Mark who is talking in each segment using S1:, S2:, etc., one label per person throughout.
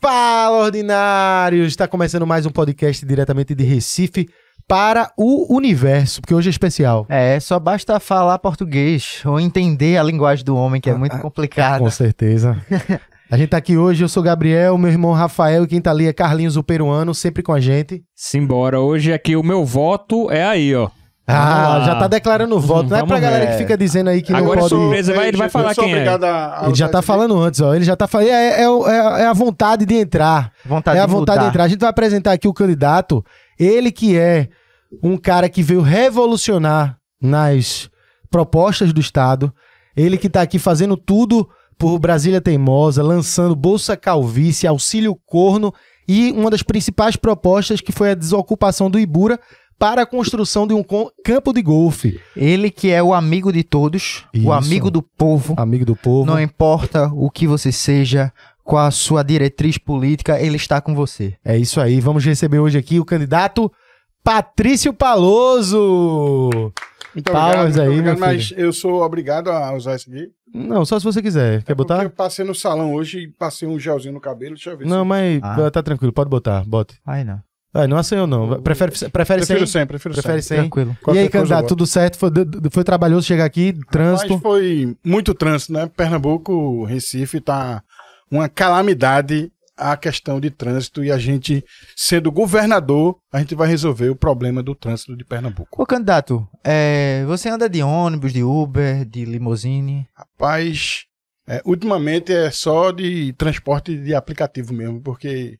S1: Fala, ordinários! Está começando mais um podcast diretamente de Recife para o universo, porque hoje é especial.
S2: É, só basta falar português ou entender a linguagem do homem, que é muito complicado.
S1: Ah, Com certeza. A gente tá aqui hoje, eu sou Gabriel, meu irmão Rafael e quem tá ali é Carlinhos, o peruano, sempre com a gente.
S3: Simbora, hoje aqui o meu voto é aí, ó.
S1: Ah,
S3: lá.
S1: já tá declarando o voto. Não é
S3: vamos
S1: pra galera
S2: ver.
S1: que fica dizendo aí que
S3: Agora
S1: não
S3: é
S1: pode...
S3: sobre- Beleza, vai- ele vai falar
S4: eu sou
S3: quem é.
S4: obrigado a- a-
S1: Ele já tá falando antes, ó. Ele já tá falando. É, é, o- é- é a vontade de entrar.
S2: Vontade
S1: é a
S2: de
S1: vontade de
S2: mudar.
S1: entrar. A gente vai apresentar aqui o candidato, ele que é um cara que veio revolucionar nas propostas do Estado, ele que tá aqui fazendo tudo por Brasília Teimosa, lançando Bolsa Calvície, Auxílio Corno e uma das principais propostas que foi a desocupação do Ibura para a construção de um com- campo de golfe.
S2: Ele que é o amigo de todos,
S1: Isso.
S2: o amigo do povo.
S1: Amigo do povo.
S2: Não é- importa o que você seja, qual a sua diretriz política, ele está com você.
S1: É isso aí. Vamos receber hoje aqui o candidato Patrício Paloso.
S4: Muito
S1: Palmas aí,
S4: muito
S1: meu
S4: Mas eu sou obrigado a usar isso aqui.
S1: Não, só se você quiser. Quer
S4: É Porque
S1: botar?
S4: eu passei no salão hoje e passei um gelzinho no cabelo. Deixa eu ver.
S1: Não, mas
S2: Ah.
S1: tá tranquilo, pode botar, bote.
S2: Ai, não.
S1: Ah, não aceiou não. Prefere,
S4: se...
S1: prefere
S4: Prefiro
S1: sem?
S4: sempre, prefiro
S1: Prefere
S4: sempre.
S1: sem?
S2: Tranquilo.
S1: E aí,
S4: Qualquer coisa eu
S1: candidato,
S4: gosto.
S1: tudo certo? Foi, foi trabalhoso chegar aqui, trânsito.
S4: Mas foi muito trânsito, né? Pernambuco, Recife, tá uma calamidade a questão de trânsito e a gente, sendo governador, a gente vai resolver o problema do trânsito de Pernambuco.
S2: Ô, candidato, é, você anda de ônibus, de Uber, de limousine?
S4: Rapaz, é, ultimamente é só de transporte de aplicativo mesmo, porque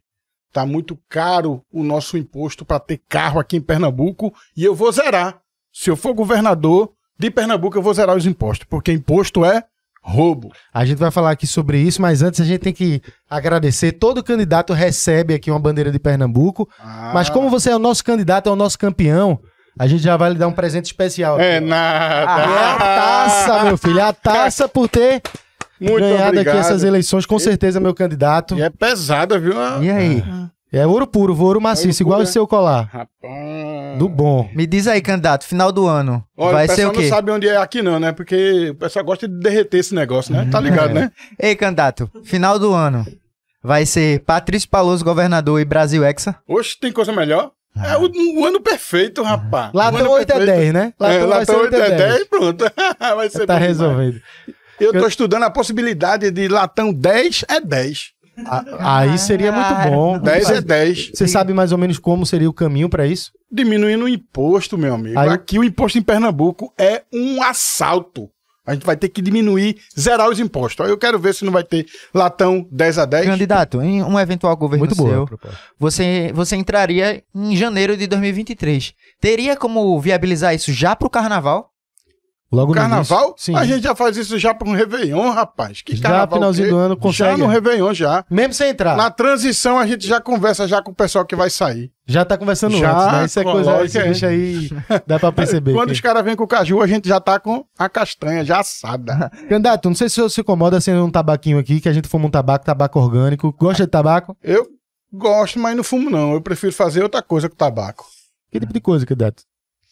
S4: tá muito caro o nosso imposto para ter carro aqui em Pernambuco e eu vou zerar. Se eu for governador de Pernambuco, eu vou zerar os impostos, porque imposto é roubo.
S1: A gente vai falar aqui sobre isso, mas antes a gente tem que agradecer. Todo candidato recebe aqui uma bandeira de Pernambuco. Mas
S4: Ah.
S1: como você é o nosso candidato, é o nosso campeão, a gente já vai lhe dar um presente especial.
S4: É
S1: aqui, ó.
S4: nada.
S1: Ah, é a taça, meu filho. É a taça por ter
S4: Muito
S1: ganhado
S4: obrigado.
S1: aqui essas eleições, com certeza, meu candidato.
S4: E é pesada, viu?
S2: E aí?
S1: É ouro puro, vou ouro maciço,
S4: É ouro
S1: igual
S4: puro, é.
S1: o seu colar.
S4: Rapaz.
S1: Do bom.
S2: Me diz aí, candidato, final do ano.
S4: Olha,
S2: vai
S4: o
S2: ser
S4: pessoal
S2: o quê?
S4: não sabe onde é aqui não, né? Porque o pessoal gosta de derreter esse negócio, né? Tá
S1: É.
S4: ligado, né?
S2: Ei, candidato, final do ano. Vai ser Patrício Paloso, governador e Brasil Hexa.
S4: Hoje tem coisa melhor?
S1: Ah.
S4: É o, o ano perfeito, rapaz.
S1: Latão 8 é 10, né?
S4: Lá é,
S1: Latão vai ser
S4: latão 8 é 10,
S1: 10.
S4: pronto. vai ser
S1: Tá
S4: bom demais.
S1: resolvido.
S4: Eu tô estudando a possibilidade de latão 10 é 10.
S1: A- Aí seria muito bom.
S4: 10 é 10.
S1: Você sabe mais ou menos como seria o caminho pra isso?
S4: Diminuindo o imposto, meu amigo.
S1: Aí-
S4: Aqui o imposto em Pernambuco é um assalto. A gente vai ter que diminuir, zerar os impostos. Aí eu quero ver se não vai ter latão 10 a 10.
S2: Candidato, em um eventual governo
S1: É Muito
S2: seu,
S1: boa. proposta.
S2: você, você entraria em janeiro de 2023. Teria como viabilizar isso já pro carnaval?
S1: Logo no
S4: Carnaval?
S1: início, Sim.
S4: A gente já faz isso já para um Réveillon, rapaz. Que
S1: Já
S4: carnaval
S1: finalzinho
S4: o quê?
S1: do ano
S4: Já
S1: consegue. é.
S4: no Réveillon, já.
S1: Mesmo sem entrar.
S4: Na transição a gente já conversa já com o pessoal que vai sair.
S1: Já tá conversando
S4: Já,
S1: antes, né? Isso é
S4: com a
S1: coisa.
S4: lógica,
S1: Esse
S4: é.
S1: bicho aí dá pra perceber.
S4: Quando
S1: que-
S4: os caras vêm com o caju, a gente já tá com a castanha já assada.
S1: Candidato, não sei se o senhor se incomoda sendo um tabaquinho aqui, que a gente fuma um tabaco, tabaco orgânico. Gosta de tabaco?
S4: Eu gosto, mas não fumo não. Eu prefiro fazer outra coisa com tabaco.
S1: Que tipo de coisa, candidato?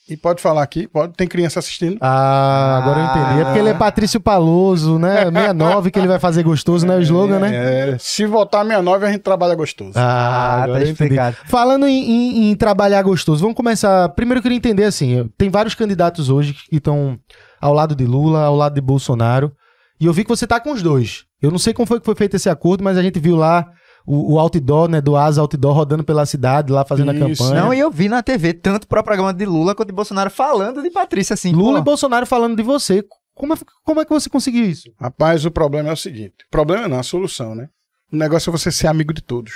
S4: E pode falar aqui, pode, tem criança assistindo.
S1: Ah, agora eu entendi. É porque ele é Patrício Paloso, né? 69, que ele vai fazer gostoso, né? O slogan, né?
S4: É, se voltar 69, a gente trabalha gostoso.
S1: Ah, agora
S2: tá
S1: eu entendi.
S2: explicado.
S1: Falando em, em- em trabalhar gostoso, vamos começar. Primeiro eu queria entender assim, eu- tem vários candidatos hoje que estão ao lado de Lula, ao lado de Bolsonaro, e eu vi que você tá com os dois. Eu não sei como foi que foi feito esse acordo, mas a gente viu lá o, o outdoor, né, do Asa Outdoor rodando pela cidade, lá fazendo a
S4: Isso.
S1: campanha.
S2: Não, e eu vi na TV tanto propaganda de Lula quanto de Bolsonaro falando de Patrícia, assim.
S1: Lula e
S2: pô,
S1: Bolsonaro falando de você. Como é, como é que você conseguiu isso?
S4: Rapaz, o problema é o seguinte. Problema não, a solução, né? O negócio é você ser amigo de todos.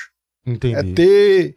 S1: Entendi.
S4: É ter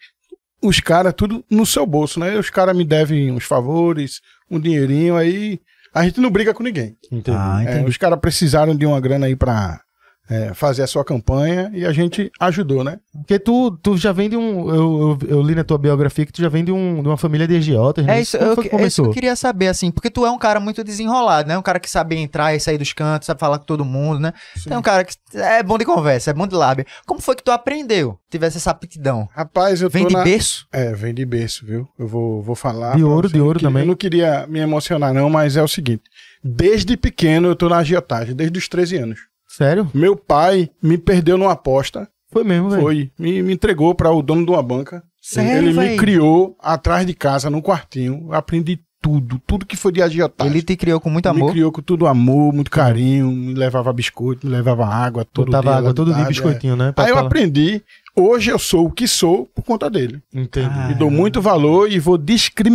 S4: os caras tudo no seu bolso, né? Os caras me devem uns favores, um dinheirinho aí. A gente não briga com ninguém.
S1: Entendi.
S2: Ah,
S4: É,
S2: entendi.
S4: os caras precisaram de uma grana aí pra é, fazer a sua campanha e a gente ajudou, né?
S1: Porque tu, tu já vem de um. Eu, eu- eu li na tua biografia que tu já vem de, um- de uma família de agiotas, né?
S2: É isso,
S1: Como
S2: eu,
S1: foi que
S2: é isso que eu
S1: começou?
S2: queria saber, assim, porque tu é um cara muito desenrolado, né? Um cara que sabe entrar e sair dos cantos, sabe falar com todo mundo, né? Tu é um cara que é bom de conversa, é bom de lábia. Como foi que tu aprendeu? Tivesse essa aptidão?
S4: Rapaz, eu
S2: Vem
S4: tô
S2: de
S4: na...
S2: berço?
S4: É, vem de berço, viu? Eu vou, vou falar.
S1: De
S4: pra
S1: ouro,
S4: você.
S1: de
S4: Eu
S1: ouro
S4: queria-
S1: também.
S4: Eu não queria me emocionar, não, mas é o seguinte: desde pequeno eu tô na agiotagem, desde os 13 anos.
S1: Sério?
S4: Meu pai me perdeu numa aposta
S1: Foi mesmo, velho.
S4: Foi. Me, me entregou para o dono de uma banca.
S2: Sério,
S4: Ele me
S2: véi?
S4: criou atrás de casa, num quartinho. Eu Aprendi tudo, tudo que foi de agiotagem.
S2: Ele te criou com muito
S4: Me
S2: amor.
S4: criou com tudo amor, muito carinho, me levava biscoito, me levava água, todo
S1: Botava
S4: dia.
S1: água
S4: lá
S1: todo
S4: de
S1: dia,
S4: tarde,
S1: biscoitinho, né?
S4: é.
S1: pra
S4: Aí eu
S1: falar.
S4: aprendi, hoje eu sou o que sou por conta dele.
S1: Entendi.
S2: Ah.
S4: E dou muito valor e vou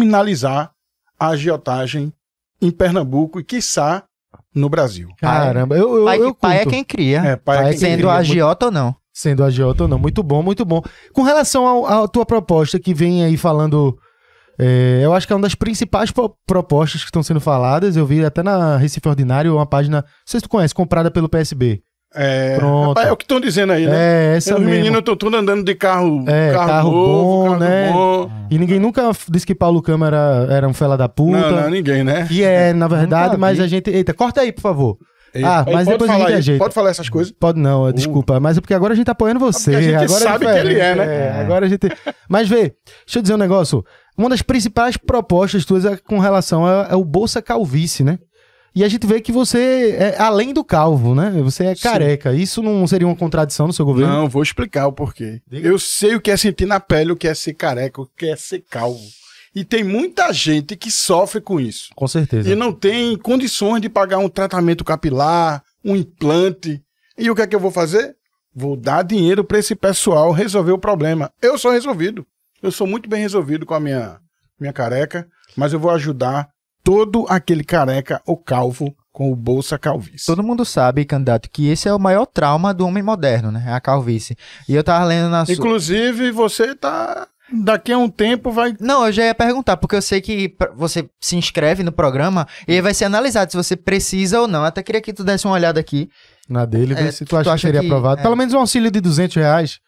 S4: descriminalizar a agiotagem em Pernambuco e, quiçá, no Brasil.
S1: Caramba, eu, eu,
S2: Pai,
S1: eu
S2: pai é
S1: curto.
S2: quem cria.
S4: É,
S1: Pai
S4: pai, é
S1: é
S4: quem
S1: quem
S2: sendo
S4: cria.
S2: agiota ou não.
S1: Sendo agiota ou não. Muito bom, muito bom. Com relação ao- à tua proposta que vem aí falando. é, eu acho que é uma das principais pro- propostas que estão sendo faladas. Eu vi até na Recife Ordinário uma página, não sei se tu conhece, comprada pelo PSB.
S4: É,
S1: Pronto.
S4: rapaz, é o que estão dizendo aí, né?
S1: É, essa
S4: Os
S1: mesmo.
S4: meninos estão todos andando de carro,
S1: É,
S4: carro,
S1: carro
S4: novo,
S1: bom,
S4: carro
S1: né?
S4: bom.
S1: E ninguém nunca f- disse que Paulo Câmara era, era um fela da puta.
S4: Não, não, ninguém, né?
S1: E é, na verdade,
S2: Nunca
S1: mas
S2: vi.
S1: a gente. Eita, corta aí, por favor.
S4: E-
S1: Ah,
S4: aí
S1: mas
S4: pode
S1: depois a
S4: falar
S1: gente
S4: aí,
S1: ajeita.
S4: Pode falar essas coisas?
S1: Pode não,
S4: Uh.
S1: desculpa. Mas é porque agora a gente tá apoiando você.
S4: É porque a gente
S1: agora é
S4: sabe que ele é,
S1: diferente,
S4: né?
S1: é, agora a gente. Mas vê, deixa eu dizer um negócio. Uma das principais propostas tuas é com relação ao ao Bolsa Calvície, né? E a gente vê que você é além do calvo, né? Você é
S4: Sim.
S1: careca. Isso não seria uma contradição no seu governo?
S4: Não, vou explicar o porquê.
S1: Diga.
S4: Eu sei o que é sentir na pele, o que é ser careca, o que é ser calvo. E tem muita gente que sofre com isso.
S1: Com certeza.
S4: E não tem condições de pagar um tratamento capilar, um implante. E o que é que eu vou fazer? Vou dar dinheiro para esse pessoal resolver o problema. Eu sou resolvido. Eu sou muito bem resolvido com a minha, minha careca, mas eu vou ajudar todo aquele careca ou calvo com o Bolsa Calvície.
S2: Todo mundo sabe, candidato, que esse é o maior trauma do homem moderno, né? É A calvície. E eu tava lendo na sua.
S4: Inclusive, você tá. Daqui a um tempo vai.
S2: Não, eu já ia perguntar, porque eu sei que pra- você se inscreve no programa e aí vai ser analisado se você precisa ou não. Eu até queria que tu desse uma olhada aqui.
S1: Na dele, vê
S2: É,
S1: se tu
S2: tu
S1: acha que
S2: acha
S1: seria
S2: que-
S1: aprovado.
S2: é.
S1: Pelo menos um auxílio de 200 reais.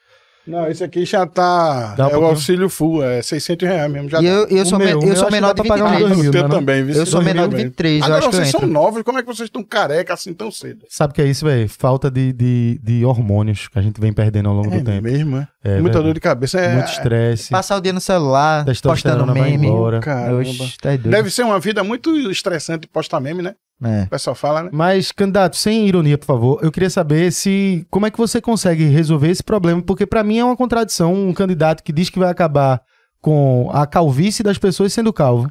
S4: Não, esse aqui já tá.
S1: Dá um
S4: é o
S1: pouquinho.
S4: auxílio full, é 600 reais mesmo. Já
S2: e eu, eu
S1: O
S2: sou,
S1: meu,
S2: me-
S1: o
S2: eu
S1: meu
S2: sou
S1: acho que
S2: menor
S1: dá
S2: de
S1: pra pagar uns
S2: 23.
S1: dois mil.
S4: Eu
S1: né, não?
S4: também, viu?
S2: Eu sou menor de 23, eu
S4: Agora
S2: acho que eu
S4: vocês são
S2: entro.
S4: novos, como é que vocês estão careca assim tão cedo?
S1: Sabe o que é isso, velho? Falta de, de, de hormônios que a gente vem perdendo ao longo do tempo.
S4: mesmo, é?
S1: É,
S4: Muita
S1: velho.
S4: dor de cabeça. É,
S1: Muito estresse.
S2: Passar o dia no celular, postando
S1: Testosterona vai
S2: meme.
S1: embora.
S4: Caramba.
S2: Oxe, tá doido.
S4: Deve ser uma vida muito estressante postar meme, né?
S2: É.
S4: O pessoal fala, né?
S1: Mas, candidato, sem ironia, por favor, eu queria saber se como é que você consegue resolver esse problema, porque pra mim é uma contradição um candidato que diz que vai acabar com a calvície das pessoas sendo calvo.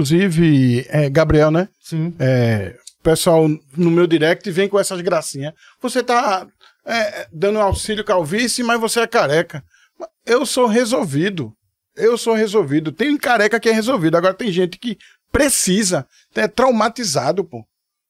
S4: Inclusive, é, Gabriel, né?
S1: Sim.
S4: É, o pessoal no meu direct vem com essas gracinhas. Você tá é, dando auxílio calvície, mas você é careca. Eu sou resolvido. Eu sou resolvido. Tem careca que é resolvido. Agora tem gente que precisa, é traumatizado, pô.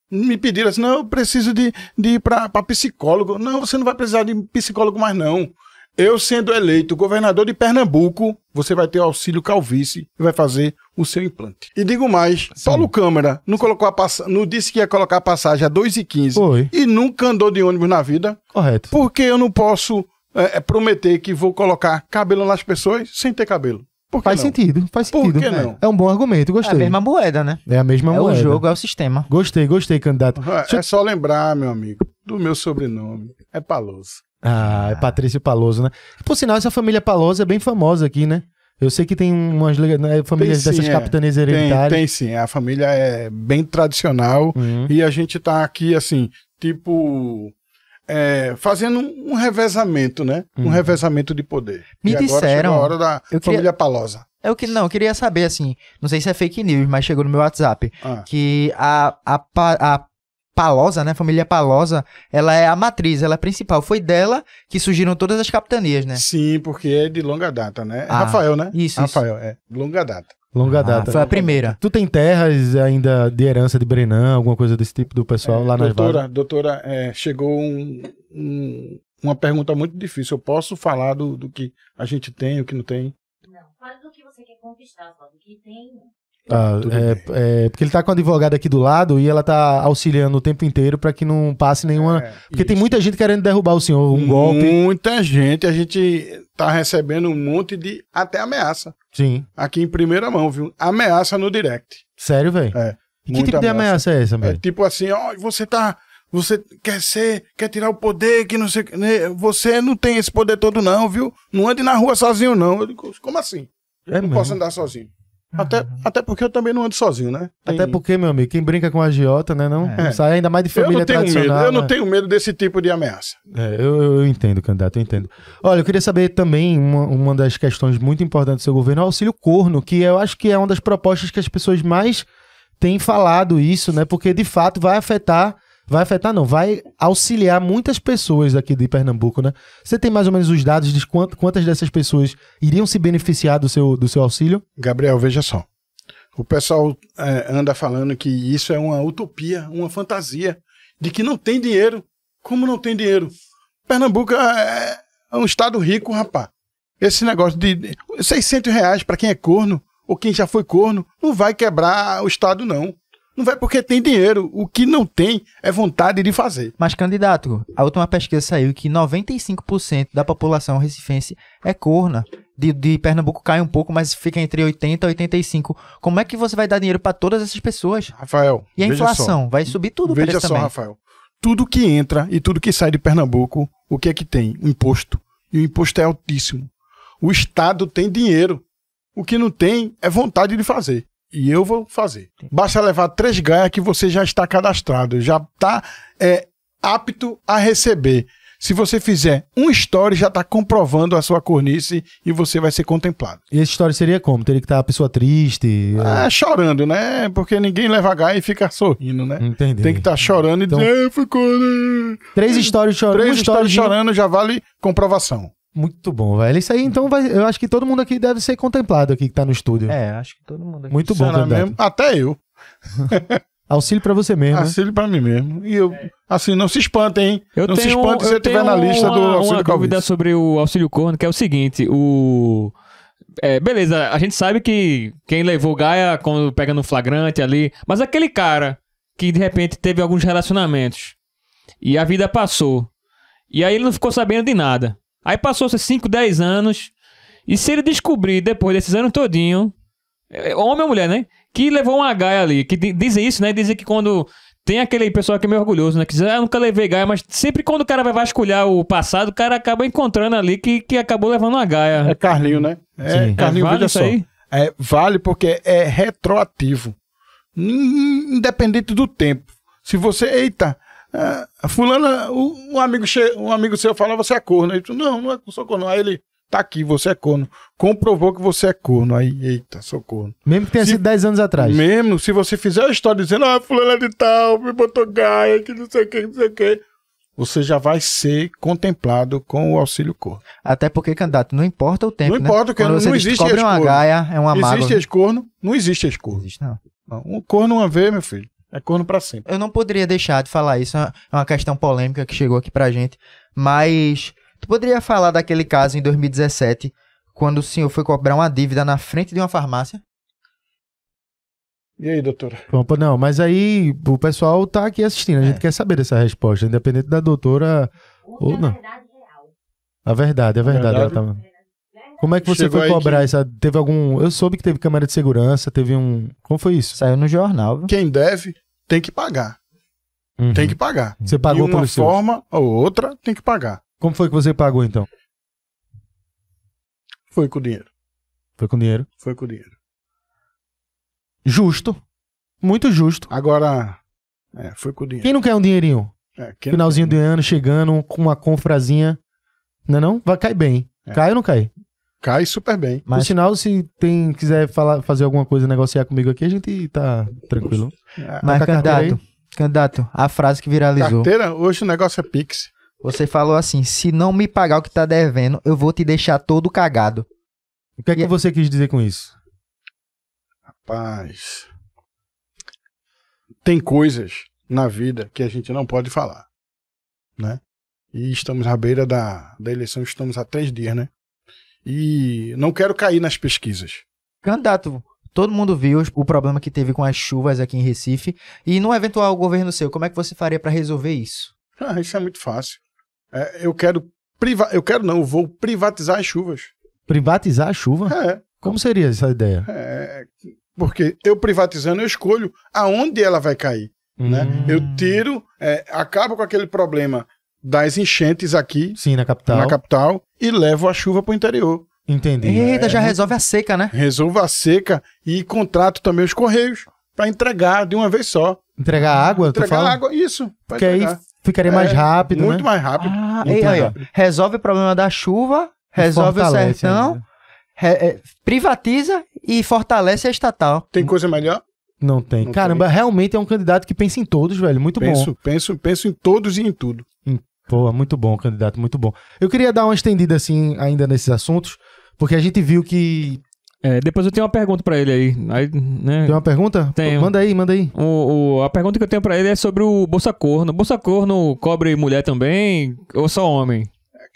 S4: Me pediram assim: não, eu preciso de, de ir pra, pra psicólogo. Não, você não vai precisar de psicólogo mais, não. Eu sendo eleito governador de Pernambuco, você vai ter o auxílio calvície e vai fazer o seu implante. E digo mais, Paulo Câmara não colocou a passa- não disse que ia colocar a passagem a 2,15
S1: Foi,
S4: e nunca andou de ônibus na vida.
S1: correto.
S4: Por que eu não posso é, é, prometer que vou colocar cabelo nas pessoas sem ter cabelo? Por que
S1: Faz
S4: não?
S1: sentido, faz
S4: Por
S1: sentido.
S4: que não?
S1: É um bom argumento,
S2: É a
S1: gostei.
S2: mesma moeda, né?
S1: É a mesma
S2: é o
S1: moeda.
S2: jogo, é o sistema.
S1: Gostei, gostei, candidato.
S4: É, é só lembrar, meu amigo, do meu sobrenome. É Paloso.
S1: Ah, é Patrício Paloso, né? Por sinal, essa família Paloso é bem famosa aqui, né? Eu sei que tem umas lega- né, famílias
S4: Tem sim,
S1: dessas
S4: é.
S1: capitanias
S4: Tem,
S1: hereditárias.
S4: tem sim, a família é bem tradicional
S1: Uhum.
S4: e a gente tá aqui assim, tipo, é, fazendo um um revezamento, né? Um
S1: Hum.
S4: revezamento de poder.
S2: Uhum. Me
S4: e agora
S2: disseram-
S4: chegou a hora da
S2: eu queria-
S4: família Palosa.
S2: Eu É que não, eu queria saber assim, não sei se é fake news, mas chegou no meu WhatsApp
S4: Ah,
S2: que a a, Pa- a Palosa, né, família Palosa, ela é a matriz, ela é a principal. Foi dela que surgiram todas as capitanias, né?
S4: Sim, porque é de longa data, né? É
S2: Ah,
S4: Rafael, né?
S2: isso, isso.
S4: Rafael, é. Longa data.
S1: Longa
S2: Ah,
S1: data.
S2: foi a primeira.
S1: Tu tem terras ainda de herança de Brenan, alguma coisa desse tipo do pessoal lá nas
S4: É, doutora,
S1: vagas?
S4: doutora, é, chegou um- um- uma pergunta muito difícil. Eu posso falar do, do que a gente tem, o que não tem?
S5: Não, fale do que você quer conquistar, só do que tem.
S1: Ah,
S4: Tudo bem.
S1: é, é, porque ele tá com a advogada aqui do lado e ela tá auxiliando o tempo inteiro pra que não passe nenhuma.
S4: É,
S1: porque tem
S4: isso. Hum.
S1: muita gente querendo derrubar o senhor, um golpe.
S4: Muita gente, a gente tá recebendo um monte de até ameaça.
S1: Sim.
S4: Aqui em primeira mão, viu? Ameaça no direct.
S1: Sério, velho?
S4: É,
S1: E que
S4: muita
S1: tipo de ameaça é essa,
S4: É
S1: velho?
S4: tipo assim, ó, você tá. Você quer ser, quer tirar o poder, que não sei o que. né? Você não tem esse poder todo, não, viu? Não ande na rua sozinho, não. Eu digo, como assim?
S1: É,
S4: não
S1: mesmo. Ah.
S4: posso andar sozinho. Até, até porque eu também não ando sozinho, né? Tem-
S1: Até porque, meu amigo, quem brinca com agiota, né? Não,
S2: É.
S1: não sai ainda mais de
S4: eu
S1: família
S4: não tenho medo,
S1: tradicional.
S4: eu não
S1: né?
S4: tenho medo desse tipo de ameaça.
S1: É, eu, eu- eu entendo, candidato, eu entendo. Olha, eu queria saber também uma, uma das questões muito importantes do seu governo, é o auxílio corno, que eu acho que é uma das propostas que as pessoas mais têm falado isso, né? Porque de fato vai afetar, vai afetar não, vai auxiliar muitas pessoas aqui de Pernambuco, né? Você tem mais ou menos os dados de quant- quantas dessas pessoas iriam se beneficiar do seu, do seu auxílio?
S4: Gabriel, veja só. O pessoal é, anda falando que isso é uma utopia, uma fantasia, de que não tem dinheiro. Como não tem dinheiro? Pernambuco é, é um estado rico, rapaz. Esse negócio de de 600 reais para quem é corno ou quem já foi corno não vai quebrar o estado, não. Não vai porque tem dinheiro. O que não tem é vontade de fazer.
S2: Mas, candidato, a última pesquisa saiu que 95% da população recifense é corna. De, de Pernambuco cai um pouco, mas fica entre 80 e 85. Como é que você vai dar dinheiro pra todas essas pessoas?
S4: Rafael.
S2: E a
S4: veja só.
S2: inflação? Vai subir tudo o
S4: Veja
S2: preço
S4: só,
S2: também.
S4: Rafael. Tudo que entra e tudo que sai de Pernambuco, o que é que tem? O imposto. E o imposto é altíssimo. O Estado tem dinheiro. O que não tem é vontade de fazer. E eu vou fazer. Basta levar três gaias que você já está cadastrado, já está é, apto a receber. Se você fizer um story, já está comprovando a sua cornice e você vai ser contemplado.
S1: E essa história seria como? Teria que estar a pessoa triste?
S4: É, chorando, né? Porque ninguém leva gaia e fica sorrindo, né?
S1: Entendi.
S4: Tem que estar chorando e
S1: Hum. Então-
S4: dizer, "Ah, ficou. né?"
S1: Três histórias chorando.
S4: Três
S1: uma história
S4: histórias
S1: de-
S4: chorando já vale comprovação.
S1: Muito bom, velho. Isso aí, então, vai- eu acho que todo mundo aqui deve ser contemplado aqui que tá no estúdio.
S2: É, acho que todo mundo aqui.
S1: Muito bom,
S4: Será
S1: candidato.
S4: mesmo? Até eu.
S1: Auxílio pra você mesmo, né?
S4: Auxílio pra mim mesmo. E eu, assim, não se espantem, hein?
S3: Eu
S4: não
S3: tenho, um-
S4: se espante se
S3: eu
S4: eu estiver
S3: tenho
S4: na lista
S3: uma,
S4: do auxílio
S3: uma
S4: Covid.
S3: dúvida sobre o auxílio corno, que é o seguinte, o... é, beleza, a gente sabe que quem levou Gaia quando pega no flagrante ali, mas aquele cara que de repente teve alguns relacionamentos e a vida passou, e aí ele não ficou sabendo de nada. Aí passou-se 5, 10 anos, e se ele descobrir depois desses anos todinho, é, homem ou mulher, né? Que levou uma gaia ali, que di- dizem isso, né? Dizem que quando tem aquele pessoal que é meio orgulhoso, né? Que diz, ah, eu nunca levei gaia, mas sempre quando o cara vai vasculhar o passado, o cara acaba encontrando ali que, que acabou levando uma gaia.
S4: É Carlinho, né? É,
S1: Sim.
S4: Carlinho,
S3: vale
S4: veja
S3: isso
S4: só.
S3: aí?
S4: É, vale porque é retroativo. In- Independente do tempo. Se você, eita, ah, fulana, o- um amigo, che- um amigo seu fala, você é corno. Aí tu, não, não é, sou corno. Aí ele, tá aqui, você é corno. Comprovou que você é corno. Aí, eita, sou corno.
S1: Mesmo que tenha
S4: Se-
S1: sido 10 anos atrás.
S4: Mesmo se você fizer a história dizendo, ah, fulano de tal, me botou gaia, que não sei o que, não sei o que. Você já vai ser contemplado com o auxílio corno.
S2: Até porque, candidato, não importa o tempo,
S4: Não
S2: né?
S4: importa, cara,
S2: Quando você
S4: não existe
S2: descobre uma
S4: escolha.
S2: gaia, é uma mágoa.
S4: existe ex-corno? Não existe ex-corno.
S2: Existe, não.
S4: Não, Um corno uma vez, meu filho. É corno pra sempre.
S2: Eu não poderia deixar de falar isso, é uma- é uma questão polêmica que chegou aqui pra gente, mas tu poderia falar daquele caso em 2017, quando o senhor foi cobrar uma dívida na frente de uma farmácia?
S4: E aí, doutora?
S1: Bom, pô, né? Não, mas aí o pessoal tá aqui assistindo. A gente
S4: É.
S1: quer saber dessa resposta, independente da doutora. Ou
S5: Ou
S1: não.
S5: não. verdade real.
S1: A verdade, a verdade.
S4: verdade.
S1: ela tá- Como é que você
S4: Chegou
S1: foi
S4: aí
S1: cobrar essa? Teve algum. Eu soube que teve câmera de segurança, teve um. Como foi isso?
S2: Saiu no jornal, viu?
S4: Quem deve, tem que pagar.
S1: Uhum.
S4: Tem que pagar.
S1: Você
S4: De
S1: pagou
S4: uma
S1: pelos seus.
S4: forma ou outra, tem que pagar.
S1: Como foi que você pagou então?
S4: Foi com o dinheiro.
S1: Foi com dinheiro?
S4: Foi com o dinheiro.
S1: Justo. Muito justo.
S4: Agora, é, foi com o dinheiro.
S1: Quem não quer um dinheirinho?
S4: É, quem não-
S1: Finalzinho do ano chegando com uma confrazinha. Não é não? Vai cair bem.
S4: É.
S1: Cai ou não cai?
S4: Cai super bem.
S1: Por
S2: Mas
S1: sinal, se tem, quiser falar, fazer alguma coisa, negociar comigo aqui, a gente tá tranquilo.
S4: É,
S2: Mas,
S1: Tá com a carteira
S2: candidato, candidato, a frase que viralizou.
S4: Carteira, hoje o negócio é Pix.
S2: Você falou assim: se não me pagar o que tá devendo, eu vou te deixar todo cagado.
S1: O que é que
S2: E-
S1: você quis dizer com isso?
S4: Rapaz. Tem coisas na vida que a gente não pode falar, né? E estamos à beira da, da eleição, estamos há três dias, né? E não quero cair nas pesquisas.
S2: Candidato, todo mundo viu os- o problema que teve com as chuvas aqui em Recife. E num eventual governo seu, como é que você faria pra resolver isso?
S4: Ah, isso é muito fácil. É, eu quero priva eu quero não, eu vou privatizar as chuvas.
S1: Privatizar a chuva?
S4: É,
S1: Como seria essa ideia?
S4: é, porque eu privatizando eu escolho aonde ela vai cair. né?
S1: Hum,
S4: Eu tiro, é, acabo com aquele problema das enchentes aqui
S1: Sim, na capital.
S4: na capital e levo a chuva para o interior.
S1: Entendi.
S2: Eita, já resolve a seca, né?
S4: Resolva a seca e contrato também os correios para entregar de uma vez só.
S1: Entregar água, tu
S4: Entregar
S1: fala?
S4: água, isso. pra
S1: Porque aí
S4: entregar.
S1: ficaria mais
S4: É,
S1: rápido,
S4: Muito
S1: né?
S4: mais rápido.
S2: Ah,
S1: Entendi.
S2: ei, aí, ó, resolve o problema da chuva, resolve o
S1: Fortalece
S2: sertão,
S1: ainda.
S2: re- é, privatiza e fortalece a estatal.
S4: Tem coisa melhor?
S1: Não tem.
S4: Não
S1: Caramba, realmente é um candidato que pensa em todos, velho. Muito bom.
S4: penso, penso, penso em todos e em tudo.
S1: Pô, é muito bom, candidato, muito bom. Eu queria dar uma estendida assim ainda nesses assuntos, porque a gente viu que.
S3: É, depois eu tenho uma pergunta pra ele aí. aí né?
S1: Tem uma pergunta?
S3: Tenho.
S1: Manda aí, manda aí.
S3: O- o- a pergunta que eu tenho pra ele é sobre o Bolsa Corno. Bolsa Corno cobre mulher também ou só homem?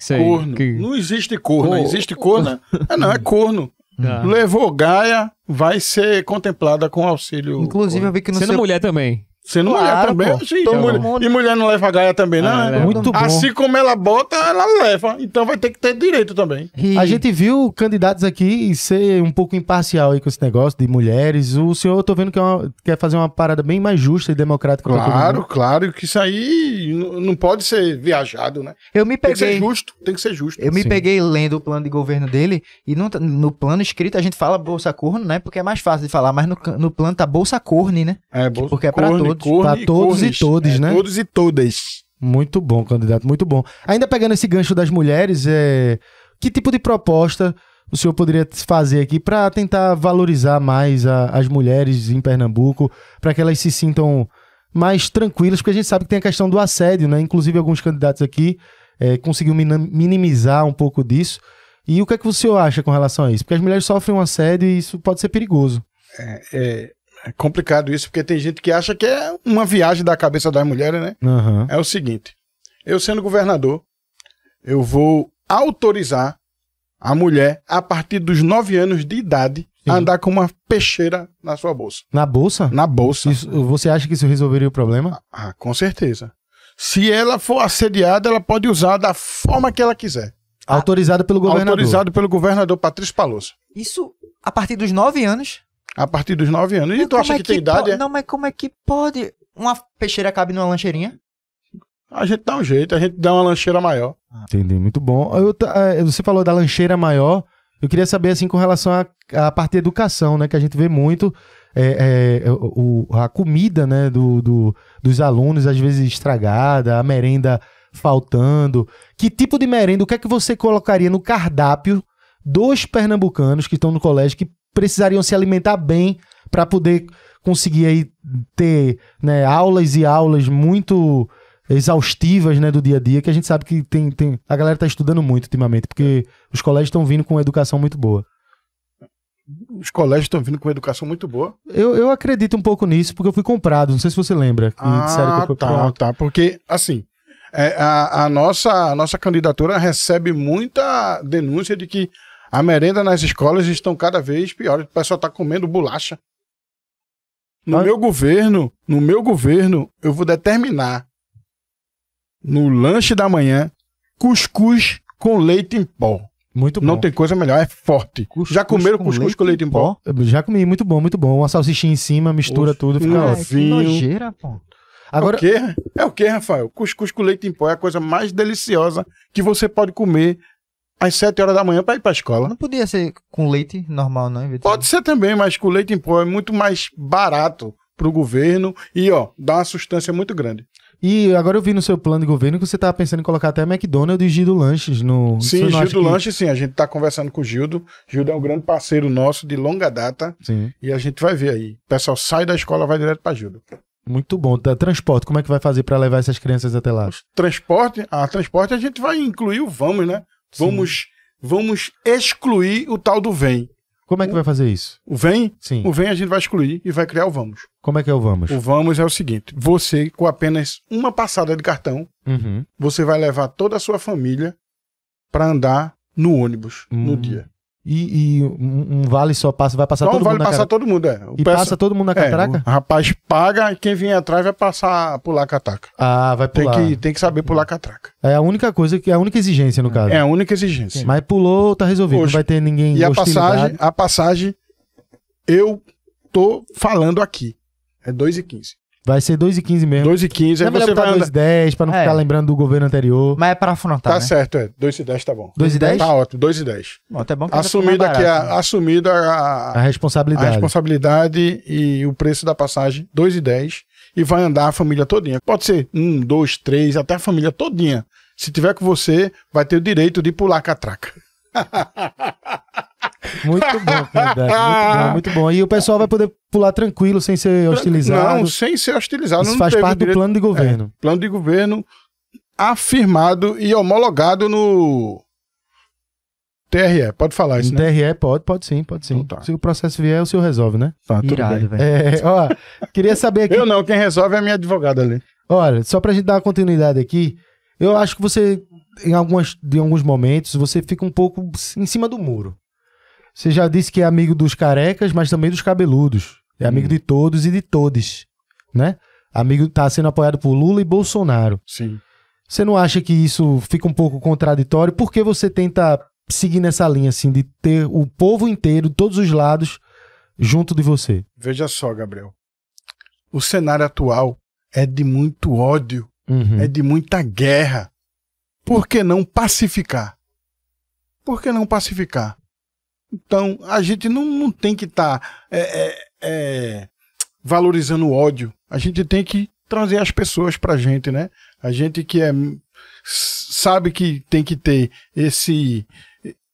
S3: Isso aí,
S4: corno.
S3: que-
S4: Não existe corno.
S3: Cor-
S4: Existe corno? É, não, é corno.
S3: Tá.
S4: Levou Gaia, vai ser contemplada com auxílio.
S2: Inclusive, eu vi que no
S3: Sendo
S2: seu...
S3: mulher também.
S4: Sendo
S2: Claro, pô.
S4: mulher também. sim,
S2: Todo
S4: mulher-
S2: mundo.
S4: E mulher não leva Gaia também, não
S3: Ah,
S4: né?
S3: É,
S1: muito bom.
S4: Assim como ela bota, ela leva. Então vai ter que ter direito também.
S2: E-
S1: A gente viu candidatos aqui ser um pouco imparcial aí com esse negócio de mulheres. O senhor, eu tô vendo que é uma- quer fazer uma parada bem mais justa e democrática pra todo
S4: Claro,
S1: mundo.
S4: claro, que isso aí n- não pode ser viajado, né?
S2: Eu me
S4: Tem que ser
S2: peguei...
S4: justo, tem que ser justo.
S2: Eu me
S1: Sim.
S2: peguei lendo o plano de governo dele e não tá- no plano escrito a gente fala Bolsa Corno, né? Porque é mais fácil de falar, mas no, can- no plano tá Bolsa Corne, né?
S4: É, bolsa-
S2: Porque é pra
S4: corne,
S2: todos.
S4: corne
S1: Pra todos e
S4: cornes.
S1: todas,
S4: É,
S1: né?
S4: Todos e todas.
S1: Muito bom, candidato, muito bom. Ainda pegando esse gancho das mulheres, é... que tipo de proposta o senhor poderia fazer aqui para tentar valorizar mais a- as mulheres em Pernambuco, para que elas se sintam mais tranquilas? Porque a gente sabe que tem a questão do assédio, né? Inclusive, alguns candidatos aqui é, conseguiu mina- minimizar um pouco disso. E o que é que o senhor acha com relação a isso? Porque as mulheres sofrem um assédio e isso pode ser perigoso.
S4: É, é complicado isso, porque tem gente que acha que é uma viagem da cabeça das mulheres, né?
S1: Aham.
S4: É o seguinte: eu sendo governador, eu vou autorizar a mulher, a partir dos 9 anos de idade,
S1: Sim.
S4: a andar com uma peixeira na sua bolsa.
S1: Na bolsa?
S4: Na bolsa.
S1: Isso- você acha que isso resolveria o problema?
S4: Ah, com certeza. Se ela for assediada, ela pode usar da forma que ela quiser.
S1: Autorizado pelo governador.
S4: Autorizado pelo governador Patrício Palocci.
S2: Isso a partir dos nove anos.
S4: A partir dos 9 anos.
S2: Mas
S4: E tu
S2: como
S4: acha
S2: é
S4: que, tem
S2: po-
S4: idade? é?
S2: Não, mas como é que pode? Uma peixeira cabe numa lancheirinha?
S4: A gente dá um jeito, a gente dá uma lancheira maior.
S1: Entendi, muito bom. Eu ta- eh, você falou da lancheira maior. Eu queria saber, assim, com relação à à parte de educação, né? Que a gente vê muito eh, eh, o- o- a comida, né? Do, do- dos alunos, às vezes estragada, a merenda faltando. Que tipo de merenda, o que é que você colocaria no cardápio dos pernambucanos que estão no colégio, que precisariam se alimentar bem para poder conseguir aí ter né, aulas e aulas muito exaustivas né, do dia a dia, que a gente sabe que tem, tem a galera tá estudando muito ultimamente, porque os colégios estão vindo com uma educação muito boa.
S4: Os colégios estão vindo com uma educação muito boa.
S1: Eu, eu acredito um pouco nisso, porque eu fui comprado, não sei se você lembra. Que disseram que eu fui
S4: tá,
S1: comprado.
S4: tá. Porque, assim, é, a, a nossa, a nossa candidatura recebe muita denúncia de que a merenda nas escolas estão cada vez piores. O pessoal está comendo bolacha. No
S1: Ah.
S4: meu governo, no meu governo, eu vou determinar no lanche da manhã cuscuz com leite em pó.
S1: Muito bom.
S4: Não tem coisa melhor, é forte.
S2: Cuscuz
S4: Já comeram
S2: com
S4: cuscuz
S2: leite
S4: com leite em pó?
S1: Eu Já comi, muito bom, muito bom. Uma salsichinha em cima, mistura
S4: Oxe,
S1: tudo, fica
S4: não.
S1: ótimo.
S2: que
S4: Novinho.
S2: nojeira, pô.
S1: Agora,
S4: É o quê? É o quê, Rafael? Cuscuz com leite em pó é a coisa mais deliciosa que você pode comer às 7 horas da manhã para ir para a escola.
S2: Não podia ser com leite normal, não, em vez de-
S4: Pode ser também, mas com leite em pó é muito mais barato pro governo e, ó, dá uma sustância muito grande.
S1: e agora eu vi no seu plano de governo que você tava pensando em colocar até McDonald's e Gido Lanches no. você
S4: Sim,
S1: não acha
S4: Gildo
S1: que-
S4: Lanche, sim, a gente tá conversando com o Gildo. Gildo é um grande parceiro nosso de longa data
S1: Sim.
S4: e a gente vai ver aí. O pessoal sai da escola, vai direto para Gildo.
S1: Muito bom. Tá, Transporte, como é que vai fazer para levar essas crianças até lá?
S4: Transporte, a transporte a gente vai incluir o vamos, né? Vamos, vamos excluir o tal do vem.
S1: Como é que vai fazer isso?
S4: O vem
S1: Sim.
S4: O vem a gente vai excluir e vai criar o vamos.
S1: Como é que é o vamos?
S4: O vamos é o seguinte: você, com apenas uma passada de cartão,
S1: Uhum.
S4: você vai levar toda a sua família para andar no ônibus
S1: Hum.
S4: no dia.
S1: E, e um, um vale só passa, vai passar
S4: Então
S1: todo
S4: vale
S1: mundo na
S4: passar
S1: cara...
S4: todo mundo. É. O
S1: E
S4: peça-
S1: passa todo mundo na
S4: é,
S1: catraca?
S4: o rapaz paga e quem vier atrás vai passar pular a cataca.
S1: Ah, vai
S4: Tem
S1: pular.
S4: que, tem que saber pular a catraca.
S1: É a única coisa, que é a única exigência, no caso.
S4: É a única exigência.
S1: Mas pulou, tá resolvido.
S4: Oxe.
S1: Não vai ter ninguém
S4: E a
S1: hostilidade.
S4: passagem, a passagem, eu tô falando aqui. É 2,15.
S1: Vai ser 2,15 mesmo.
S4: 2,15,
S1: é
S4: aí
S1: melhor
S4: você vai
S1: botar
S4: andar.
S1: 2,10 pra não
S2: É.
S1: ficar lembrando do governo anterior.
S2: Mas é pra afrontar,
S4: Tá
S2: né?
S4: certo, é. 2,10 tá bom.
S2: 2,10?
S4: Tá ótimo, 2,10.
S2: Bom, até bom que
S4: Assumida
S2: barato,
S4: aqui a,
S2: né?
S4: assumida a,
S1: A
S4: a
S1: responsabilidade.
S4: responsabilidade e o preço da passagem, 2,10. E vai andar a família todinha. Pode ser um, dois, três, até a família todinha. Se tiver com você, vai ter o direito de pular a catraca.
S1: Muito bom, verdade. Muito bom, muito bom. E o pessoal vai poder pular tranquilo, sem ser hostilizado.
S4: Não, sem ser hostilizado.
S1: Isso
S4: não
S1: faz
S4: teve
S1: parte do
S4: direito- É,
S1: plano de governo.
S4: plano de governo afirmado e homologado no TRE. Pode falar isso,
S1: No
S4: né?
S1: DRE pode, pode sim, pode sim.
S4: Então tá.
S1: Se o processo vier, o senhor resolve, né?
S4: Tá, tudo
S2: Irado,
S4: bem.
S2: velho.
S1: É, ó, queria saber aqui.
S4: Eu não, quem resolve é a minha advogada ali.
S1: Olha, só pra gente dar uma continuidade aqui, eu acho que você, em, algumas, em alguns momentos, você fica um pouco em cima do muro. Você já disse que é amigo dos carecas, mas também dos cabeludos. É amigo de todos e de todes, né? Amigo tá sendo apoiado por Lula e Bolsonaro.
S4: Sim.
S1: Você não acha que isso fica um pouco contraditório? Por que você tenta seguir nessa linha, assim, de ter o povo inteiro, todos os lados, junto de você?
S4: Veja só, Gabriel. O cenário atual é de muito ódio,
S1: Uhum.
S4: é de muita guerra. Por que não pacificar? Por que não pacificar? Então, a gente não, não tem que tá, é, estar é, valorizando o ódio. A gente tem que trazer as pessoas pra gente, né? A gente que é sabe que tem que ter esse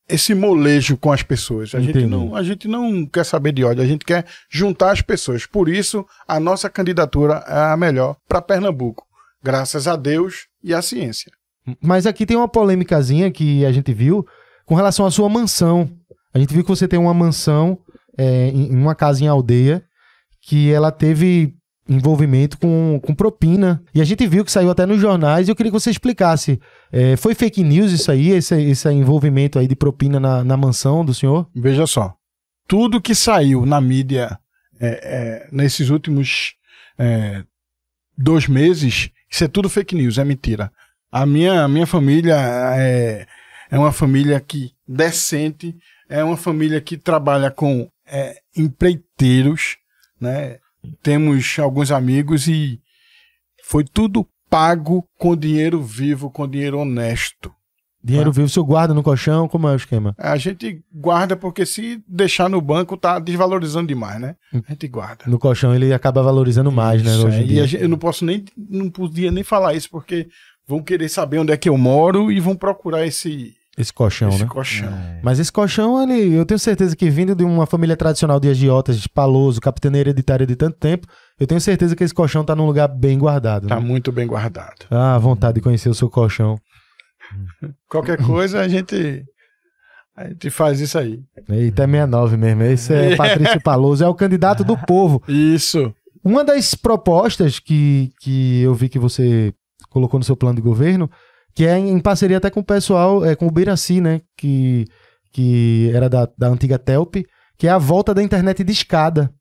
S4: esse molejo com as pessoas. A gente,
S1: Entendi.
S4: não, a gente não quer saber de ódio, a gente quer juntar as pessoas. Por isso, a nossa candidatura é a melhor para Pernambuco. Graças a Deus e à ciência.
S1: Mas aqui tem uma polêmicazinha que a gente viu com relação à sua mansão. A gente viu que você tem uma mansão é, em em uma casa em aldeia que ela teve envolvimento com, com propina. E a gente viu que saiu até nos jornais e eu queria que você explicasse. É, foi fake news isso aí, esse, esse envolvimento aí de propina na, na mansão do senhor?
S4: Veja só, tudo que saiu na mídia é, é, nesses últimos é, dois meses, isso é tudo fake news, é mentira. A minha, a minha família é, é uma família que decente, é uma família que trabalha com é, empreiteiros, né? Temos alguns amigos e foi tudo pago com dinheiro vivo, com dinheiro honesto.
S1: Dinheiro
S4: Ah.
S1: vivo, o senhor guarda no colchão, como é o esquema?
S4: A gente guarda porque se deixar no banco tá desvalorizando demais, né? A gente guarda.
S1: No colchão ele acaba valorizando mais, Hum. né?
S4: Isso,
S1: hoje
S4: é.
S1: em
S4: e
S1: dia.
S4: a gente- eu não posso nem não podia nem falar isso porque vão querer saber onde é que eu moro e vão procurar esse
S1: Esse colchão,
S4: esse
S1: né?
S4: colchão.
S1: Mas esse colchão, ele, eu tenho certeza que vindo de uma família tradicional de agiotas, paloso, capitania hereditária de tanto tempo, eu tenho certeza que esse colchão tá num lugar bem guardado.
S4: Tá
S1: né?
S4: muito bem guardado.
S1: Ah, vontade de conhecer o seu colchão.
S4: Qualquer coisa a gente a gente faz isso aí.
S1: Eita, é 69 mesmo. Esse é Patrício Paloso, é o candidato do povo.
S4: Isso.
S1: Uma das propostas que, que eu vi que você colocou no seu plano de governo, que é em parceria até com o pessoal, é, com o Beiraci, né? Que, que era da, da antiga Telp, que é a volta da internet de escada.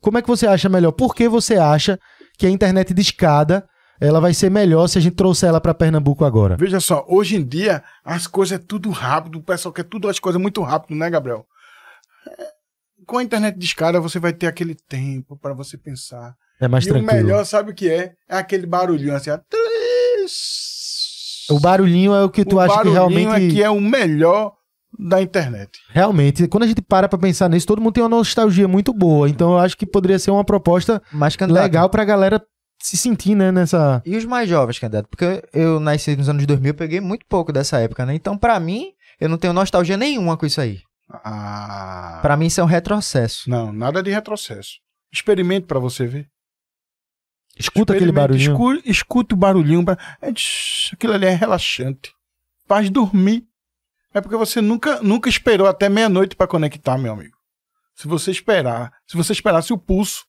S1: Como é que você acha melhor? Por que você acha que a internet de escada ela vai ser melhor se a gente trouxer ela para Pernambuco agora?
S4: Veja só, hoje em dia as coisas é tudo rápido, o pessoal quer tudo as coisas muito rápido, né, Gabriel? É, Com a internet de escada você vai ter aquele tempo para você pensar.
S1: É mais
S4: e
S1: tranquilo.
S4: o melhor, sabe o que é? É aquele barulhinho assim. ó.
S1: O barulhinho é o que tu
S4: O
S1: acha que
S4: barulhinho
S1: realmente.
S4: é que é o melhor da internet.
S1: Realmente, quando a gente para pra pensar nisso, todo mundo tem uma nostalgia muito boa. Então eu acho que poderia ser uma proposta
S2: Mas candidato.
S1: legal pra galera se sentir, né, nessa.
S2: E os mais jovens, candidato? Porque eu nasci nos anos 2000, peguei muito pouco dessa época, né? Então, pra mim, eu não tenho nostalgia nenhuma com isso aí.
S4: Ah,
S2: Pra mim, isso é um retrocesso.
S4: Não, nada de retrocesso. Experimente pra você ver.
S1: Escuta aquele
S4: Experimente,
S1: barulhinho.
S4: escu- Escuta, o barulhinho. pra- é tsh, Aquilo ali é relaxante. Faz dormir. É porque você nunca, nunca esperou até meia-noite pra conectar, meu amigo. Se você esperar, se você esperasse o pulso,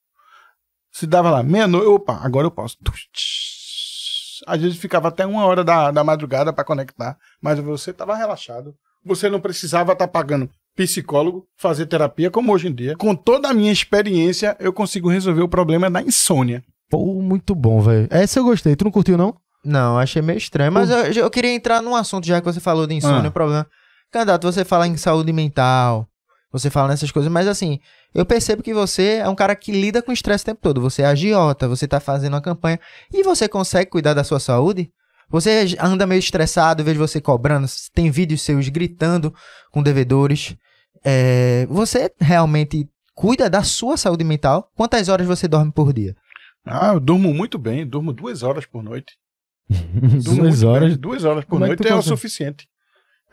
S4: se dava lá, meia-noite, opa, agora eu posso. Tsh, tsh. Às vezes ficava até uma hora da, da madrugada pra conectar, mas você tava relaxado. Você não precisava estar pagando psicólogo, fazer terapia, como hoje em dia. Com toda a minha experiência, eu consigo resolver o problema da insônia.
S1: Pô, muito bom, velho. Essa eu gostei. Tu não curtiu, não?
S2: Não, achei meio estranho. Mas eu, eu queria entrar num assunto, já que você falou de insônia,
S4: Ah.
S2: o problema. Candidato, você fala em saúde mental, Você fala nessas coisas, mas assim, eu percebo que você é um cara que lida com estresse o tempo todo. Você é agiota, você tá fazendo uma campanha e você consegue cuidar da sua saúde? Você anda meio estressado, vejo você cobrando, tem vídeos seus gritando com devedores. É, você realmente cuida da sua saúde mental? Quantas horas você dorme por dia?
S4: Ah, eu durmo muito bem, durmo duas horas por noite. Durmo
S1: Duas
S4: muito
S1: horas.
S4: bem, duas horas por
S1: Como é que
S4: noite
S1: tu
S4: é, o
S1: consegue?
S4: suficiente.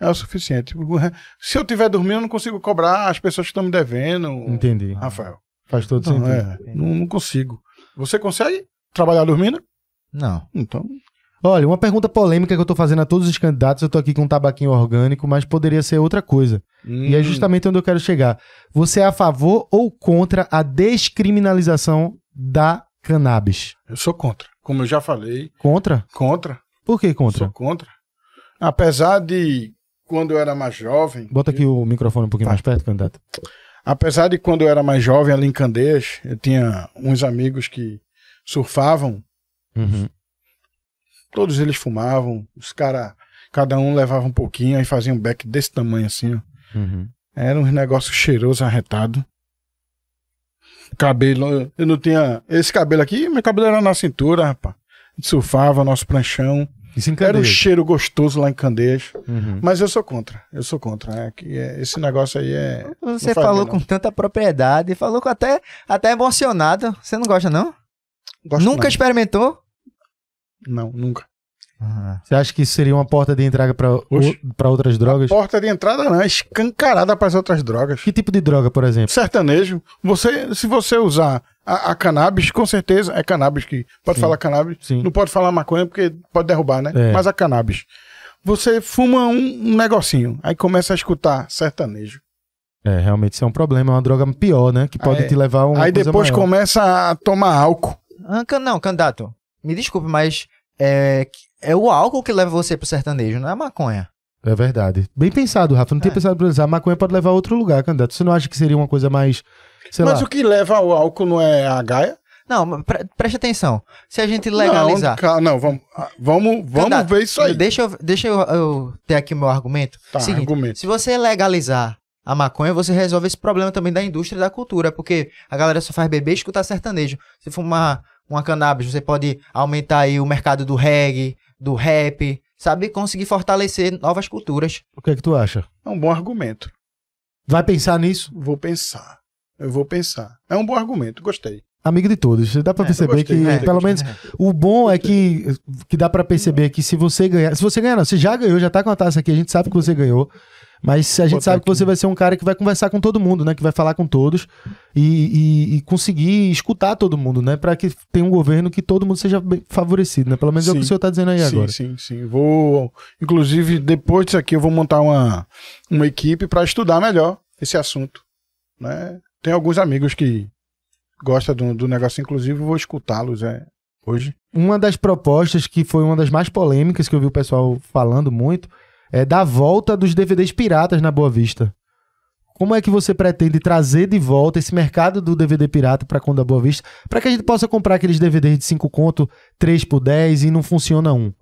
S4: É o suficiente. Se eu tiver dormindo, eu não consigo cobrar as pessoas que estão me devendo,
S1: Entendi.
S4: Rafael.
S1: Faz todo
S4: Não,
S1: sentido.
S4: é, não, não consigo. Você consegue trabalhar dormindo?
S2: Não.
S4: Então,
S1: Olha, uma pergunta polêmica que eu tô fazendo a todos os candidatos, eu tô aqui com um tabaquinho orgânico, mas poderia ser outra coisa. E
S4: Hum.
S1: é justamente onde eu quero chegar. Você é a favor ou contra a descriminalização da cannabis?
S4: hum, eu sou contra. Como eu já falei,
S1: Contra?
S4: contra.
S1: Por que contra?
S4: Sou contra. Apesar de quando eu era mais jovem,
S1: Bota aqui o microfone um pouquinho
S4: Tá.
S1: mais perto, candidato.
S4: Apesar de quando eu era mais jovem ali em Candeias, eu tinha uns amigos que surfavam,
S1: Uhum.
S4: todos eles fumavam, os caras, cada um levava um pouquinho, aí fazia um beck desse tamanho assim, ó.
S1: Uhum.
S4: Era um negócio cheiroso, arretado. Cabelo, eu não tinha. Esse cabelo aqui, meu cabelo era na cintura, rapaz. A gente surfava, nosso pranchão.
S1: Isso em
S4: Era um
S1: Candeias.
S4: cheiro gostoso lá em Candeias.
S1: Uhum.
S4: Mas eu sou contra, eu sou contra. É, que é- esse negócio aí é.
S2: Você
S4: Não faz
S2: falou
S4: bem,
S2: com tanta propriedade, falou com até, até emocionado. Você não gosta, não?
S4: gosto
S2: Nunca experimentou?
S4: Não, não nunca.
S1: Você acha que isso seria uma porta de entrada pra
S4: Oxe.
S1: o- pra outras drogas?
S4: Porta de entrada não, é escancarada para as outras drogas.
S1: Que tipo de droga, por exemplo?
S4: Sertanejo, você, se você usar a, a cannabis, com certeza é cannabis que pode
S1: Sim.
S4: falar cannabis,
S1: Sim.
S4: não pode falar maconha porque pode derrubar, né?
S1: É.
S4: Mas a cannabis. Você fuma um, um negocinho, aí começa a escutar sertanejo.
S1: É, realmente isso é um problema, é uma droga pior, né? Que pode
S4: Aí-
S1: te levar a uma
S4: Ah, é. aí
S1: coisa
S4: depois
S1: maior.
S4: começa a tomar álcool.
S2: Ah, can- não, candidato. Me desculpe, mas é, é o álcool que leva você pro sertanejo, não é a maconha.
S1: É verdade. Bem pensado, Rafa. Não tinha
S2: É.
S1: pensado por isso. A maconha pode levar a outro lugar, candidato. Você não acha que seria uma coisa mais. Sei
S4: Mas
S1: lá.
S4: o que leva ao álcool não é a gaia?
S2: Não, mas pre preste atenção. Se a gente
S4: Não,
S2: legalizar.
S4: ca- não vamos, ah, vamos, vamos
S2: Candidato,
S4: ver isso aí.
S2: Deixa eu, deixa eu, eu ter aqui meu argumento.
S4: Tá,
S2: Seguinte,
S4: argumento.
S2: se você legalizar a maconha, você resolve esse problema também da indústria e da cultura, porque a galera só faz bebê e escutar sertanejo. Se fumar uma cannabis, você pode aumentar aí o mercado do reggae, do rap, sabe? Conseguir fortalecer novas culturas.
S1: O que é que tu acha?
S4: É um bom argumento.
S1: Vai pensar nisso?
S4: Vou pensar. Eu vou pensar. É um bom argumento, gostei.
S1: Amigo de todos. Dá pra
S4: É, eu
S1: perceber
S4: gostei,
S1: que,
S4: gostei,
S1: pelo
S4: gostei.
S1: menos, o bom é que, que dá pra perceber que se você ganhar. Se você ganhar, não, você já ganhou, já tá com a taça aqui, a gente sabe que você ganhou. Mas a gente
S4: Botar
S1: sabe que
S4: aqui.
S1: você vai ser um cara que vai conversar com todo mundo, né? Que vai falar com todos e, e- e conseguir escutar todo mundo, né? Pra que tenha um governo que todo mundo seja bem favorecido, né? Pelo menos é o que
S4: Sim.
S1: o senhor tá dizendo aí
S4: sim,
S1: agora.
S4: sim, sim. Vou, inclusive, depois disso aqui eu vou montar uma, uma equipe para estudar melhor esse assunto, né? Tem alguns amigos que gostam do, do negócio, inclusive vou escutá-los é, hoje.
S1: Uma das propostas que foi uma das mais polêmicas que eu vi o pessoal falando muito é da volta dos DVDs piratas na Boa Vista. Como é que você pretende trazer de volta esse mercado do DVD pirata para Conta Boa Vista, para que a gente possa comprar aqueles DVDs de 5 conto, 3 por 10 e não funciona um?